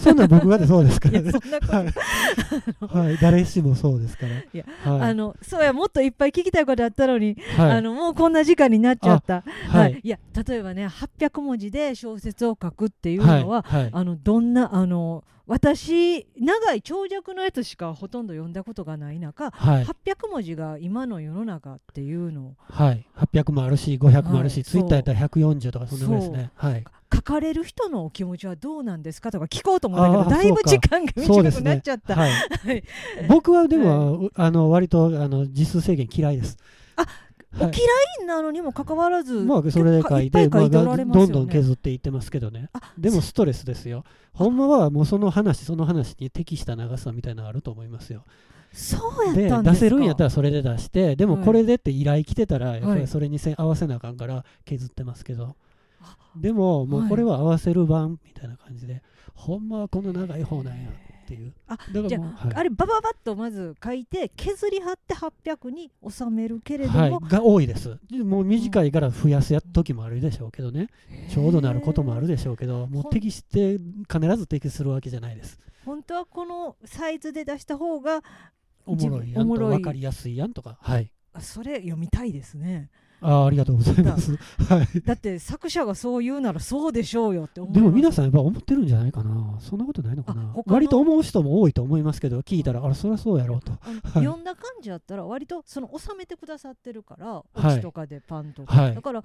Speaker 2: *laughs* そんな僕がでそうですか
Speaker 1: い
Speaker 2: ら
Speaker 1: や
Speaker 2: ね
Speaker 1: そんなこと、
Speaker 2: はいはい、誰しもそうですから。
Speaker 1: や
Speaker 2: は
Speaker 1: あ
Speaker 2: い、
Speaker 1: のそうやもっといっぱい聞きたいことあったのに、
Speaker 2: はい
Speaker 1: あのもうこんな時間になっちゃった
Speaker 2: は
Speaker 1: はいい、いや例えばね800文字で小説を書くっていうのは、
Speaker 2: はい、
Speaker 1: あのどんなあの私長い長尺のやつしかほとんど読んだことがない中、
Speaker 2: はい、はい
Speaker 1: 800文字が今の世の中っていうのを
Speaker 2: はい、800もあるし、500もあるし、
Speaker 1: はい
Speaker 2: ツイッターやったら140とかそんなぐらいですね。はい、
Speaker 1: *laughs* 書かれる人のお気持ちはどうなんですかとか聞こうと思ったけ
Speaker 2: あー
Speaker 1: どだいぶ
Speaker 2: そう
Speaker 1: 時
Speaker 2: か
Speaker 1: 間が
Speaker 2: そうで
Speaker 1: 短
Speaker 2: す
Speaker 1: くなっ
Speaker 2: ね
Speaker 1: ちゃっ。た、
Speaker 2: はい
Speaker 1: い、
Speaker 2: 僕はでも、あの割とあの実数制限嫌いです。
Speaker 1: あ
Speaker 2: はい
Speaker 1: お嫌なのにもかかわらず、
Speaker 2: まあそれで書い
Speaker 1: ぱ
Speaker 2: て、
Speaker 1: い
Speaker 2: ま
Speaker 1: 書
Speaker 2: あ
Speaker 1: いてお
Speaker 2: ど
Speaker 1: られますよ
Speaker 2: ん
Speaker 1: ね、
Speaker 2: どん削っていってますけどね。
Speaker 1: あ
Speaker 2: でもストレスですよ。ほんまはもうその話その話に適した長さみたいなのあると思いますよ。
Speaker 1: そうやっ
Speaker 2: で
Speaker 1: たんですか
Speaker 2: 出せるんやったらそれで出してでも
Speaker 1: はい
Speaker 2: これでって依頼来てたらやっぱ
Speaker 1: は
Speaker 2: り
Speaker 1: い
Speaker 2: それにせ合わせなあかんから削ってますけど
Speaker 1: あ
Speaker 2: でもも
Speaker 1: は
Speaker 2: う
Speaker 1: い
Speaker 2: これは合わせる版みたいな感じでほんまはこの長い方なんやっていう
Speaker 1: あ
Speaker 2: だか
Speaker 1: じ
Speaker 2: ら
Speaker 1: ゃ
Speaker 2: もうはい
Speaker 1: あれバババッとまず書いて削り張って800に収めるけれども、
Speaker 2: はいが多いですもう短いから増やすや時もあるでしょうけどねちょうどなることもあるでしょうけどもう適して必ず適するわけじゃないです
Speaker 1: 本当はこのサイズで出した方が
Speaker 2: おもろいやん
Speaker 1: おも
Speaker 2: とか
Speaker 1: ろい
Speaker 2: 分かりやすいやんとかはい
Speaker 1: あそれ読みたいですね
Speaker 2: あーありがとうございますはい
Speaker 1: だって作者がそう言うならそうでしょうよって思い
Speaker 2: でも
Speaker 1: ます
Speaker 2: 皆さんやっぱ思ってるんじゃないかなそんなことないのか
Speaker 1: あ
Speaker 2: な
Speaker 1: 他の
Speaker 2: 割と思う人も多いと思いますけど聞いたらあらそりゃそうやろうと
Speaker 1: あの
Speaker 2: はい
Speaker 1: 読んだ感じやったら割とその収めてくださってるから
Speaker 2: い
Speaker 1: オチとかでパンとか、
Speaker 2: はい
Speaker 1: だから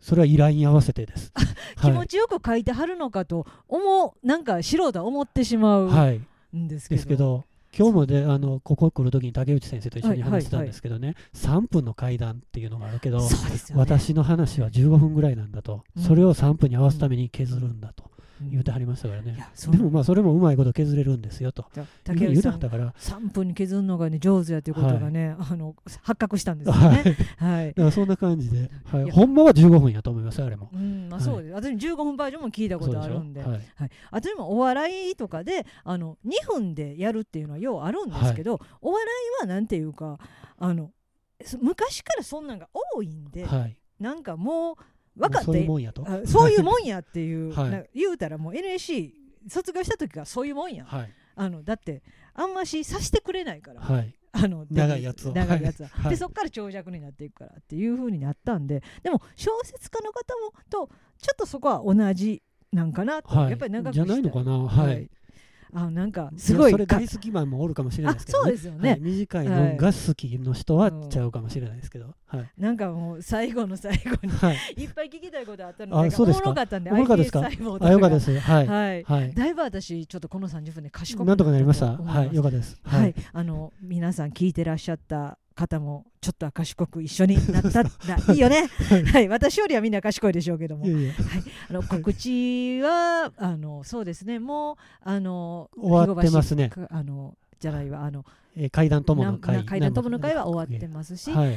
Speaker 2: それは依頼に合わせてです
Speaker 1: *laughs* 気持ちよく書いてはるのかと思うなんか素人は思ってしま
Speaker 2: は
Speaker 1: う
Speaker 2: い、はい、
Speaker 1: んですけ
Speaker 2: で
Speaker 1: ど,、
Speaker 2: すけど今日もであのここ来る時に竹内先生と一緒に話してたんですけどね、3分の会談っていうのがあるけど、
Speaker 1: そうですよね
Speaker 2: 私の話は15分ぐらいなんだと、
Speaker 1: うん
Speaker 2: それを3分に合わすために削るんだと
Speaker 1: うん
Speaker 2: 言うてはりましたから
Speaker 1: い
Speaker 2: ね、
Speaker 1: やそう
Speaker 2: でもまあそれもうまいこと削れるんですよと
Speaker 1: じゃあ
Speaker 2: いうふう
Speaker 1: 竹
Speaker 2: に
Speaker 1: 内
Speaker 2: 言うて
Speaker 1: さ
Speaker 2: はっ
Speaker 1: ん
Speaker 2: たから、
Speaker 1: 3分に削るのがね上手やということがね、あの発覚したんですよね。はい
Speaker 2: だからそんな感じで、はい
Speaker 1: いや
Speaker 2: ほんまは15分やと思いますよあれも。
Speaker 1: うんまあ、
Speaker 2: はい
Speaker 1: そうです、私15分バージョンも聞いたこ
Speaker 2: そう
Speaker 1: とあ
Speaker 2: でし
Speaker 1: る
Speaker 2: ょ
Speaker 1: んで
Speaker 2: はい
Speaker 1: あとでもお笑いとかであの2分でやるっていうのはようあるんですけど、お笑いはなんていうかあのそ昔からそんなんが多いんで、
Speaker 2: はい
Speaker 1: なんかもう分かっ
Speaker 2: そういう
Speaker 1: て
Speaker 2: もんやと。
Speaker 1: あそういうもんやっていう、
Speaker 2: *laughs* はい
Speaker 1: な言うたらもう NSC 卒業した時がそういうもんや、
Speaker 2: *laughs* はい。
Speaker 1: あのだってあんましさしてくれないから
Speaker 2: はい。
Speaker 1: あの
Speaker 2: 長いやつを
Speaker 1: 長いやつを、
Speaker 2: はい
Speaker 1: でそこから長尺になっていくからっていう風になったんででも小説家の方もとちょっとそこは同じなんかなと、
Speaker 2: はい、
Speaker 1: やっぱり長くし
Speaker 2: じ
Speaker 1: た
Speaker 2: ゃないのかな、はい
Speaker 1: あのなんかすごい
Speaker 2: やそれ
Speaker 1: が
Speaker 2: 大好きマンもおるかもしれな
Speaker 1: あ
Speaker 2: いですけど、ね、
Speaker 1: そうですよね、
Speaker 2: はい短いのが好きの人はちゃうかもしれないですけど、はい
Speaker 1: なんかもう最後の最後に *laughs*
Speaker 2: はい、
Speaker 1: いっぱい聞きたいことあったの
Speaker 2: あ
Speaker 1: で
Speaker 2: そ
Speaker 1: お
Speaker 2: うで
Speaker 1: も
Speaker 2: すか
Speaker 1: ろかったんで
Speaker 2: おもろかったですか
Speaker 1: iPS 細胞と
Speaker 2: あ
Speaker 1: か
Speaker 2: よかったですはい
Speaker 1: がはい
Speaker 2: はい
Speaker 1: だいぶ私ちょっとこの30分で賢く
Speaker 2: なんとかなりました
Speaker 1: と思
Speaker 2: はい
Speaker 1: ます
Speaker 2: よかったです
Speaker 1: は
Speaker 2: はいい、
Speaker 1: あの皆さん聞いてらっしゃった方もちょっとは賢く一緒になったらいいよ
Speaker 2: *laughs*
Speaker 1: ね、はい、私よりはみんな賢いでしょうけども
Speaker 2: いやいや
Speaker 1: あの告知はあのそうですねもうあの
Speaker 2: 終わってますね
Speaker 1: 肥後橋あのじゃないわあの
Speaker 2: えー、階段友の
Speaker 1: な
Speaker 2: 会
Speaker 1: な階段友の会は終わってますし、
Speaker 2: はい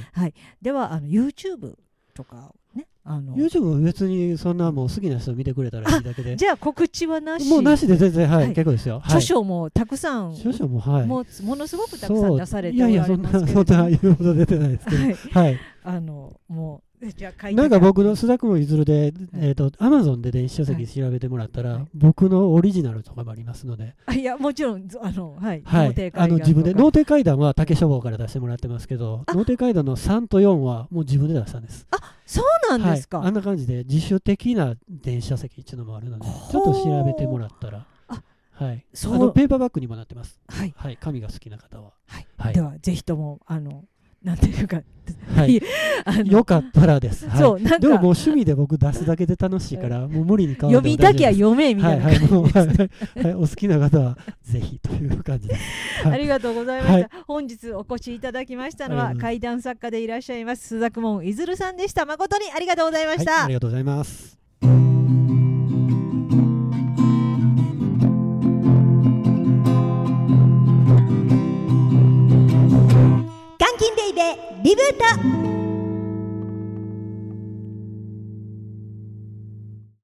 Speaker 1: ではあの YouTube とかをねあの
Speaker 2: YouTube 別にそんなもう好きな人見てくれたらいいだけで
Speaker 1: じゃあ告知はなし
Speaker 2: もうなしで全然はい、
Speaker 1: はい
Speaker 2: 結構ですよ、はい、
Speaker 1: 著書もたくさん、
Speaker 2: 著書もはい
Speaker 1: もうものすごくたくさん出されて
Speaker 2: そうい
Speaker 1: お
Speaker 2: や
Speaker 1: ら
Speaker 2: い
Speaker 1: れ
Speaker 2: やそん
Speaker 1: ま
Speaker 2: な
Speaker 1: す
Speaker 2: そ
Speaker 1: けれど
Speaker 2: ん
Speaker 1: も *laughs*
Speaker 2: な言うほど出てないですけど
Speaker 1: はい
Speaker 2: はい
Speaker 1: あのもうえじゃあ書いて
Speaker 2: なんか僕の須田君もいずれで、
Speaker 1: はい
Speaker 2: えっ、と、アマゾンで電子書籍調べてもらったら、
Speaker 1: はい
Speaker 2: 僕のオリジナルとかもありますので、
Speaker 1: あいやもちろんずあのはい、
Speaker 2: は
Speaker 1: 脳底
Speaker 2: い
Speaker 1: 階。段
Speaker 2: あの、自分で、
Speaker 1: とか
Speaker 2: 脳底階段は竹書房から出してもらってますけど、
Speaker 1: あ
Speaker 2: 脳底階段の3と4はもう自分で出したんです。
Speaker 1: そうなんですか、
Speaker 2: はい。あんな感じで、自主的な電子書籍っていうのもあるので、ちょっと調べてもらったら
Speaker 1: あ、
Speaker 2: はい。あ
Speaker 1: そう
Speaker 2: の、ペーパーバッグにもなってます。
Speaker 1: はい
Speaker 2: はい。紙が好きな方は。
Speaker 1: はい
Speaker 2: はい
Speaker 1: で。はぜひともあのなんていうか
Speaker 2: はい
Speaker 1: いあの
Speaker 2: よかったらです。はい
Speaker 1: そうなんか
Speaker 2: でももう趣味で僕出すだけで楽しいから、もう無理に買わ
Speaker 1: 読
Speaker 2: んでも
Speaker 1: みだ
Speaker 2: 大丈夫で
Speaker 1: け
Speaker 2: す
Speaker 1: は読めみたいな
Speaker 2: は
Speaker 1: 感
Speaker 2: い
Speaker 1: じです、
Speaker 2: はい、もう、はいはいはい、お好きな方はぜひという感じです。はい
Speaker 1: ありがとうございました、
Speaker 2: は
Speaker 1: 本日お越しいただきましたの
Speaker 2: あ
Speaker 1: は
Speaker 2: りがとうございます
Speaker 1: 怪談作家でいらっしゃいます鈴作門いずるさんでした誠にありがとうございました、
Speaker 2: はい、ありがとうございます。
Speaker 1: 元金ベイベーリブート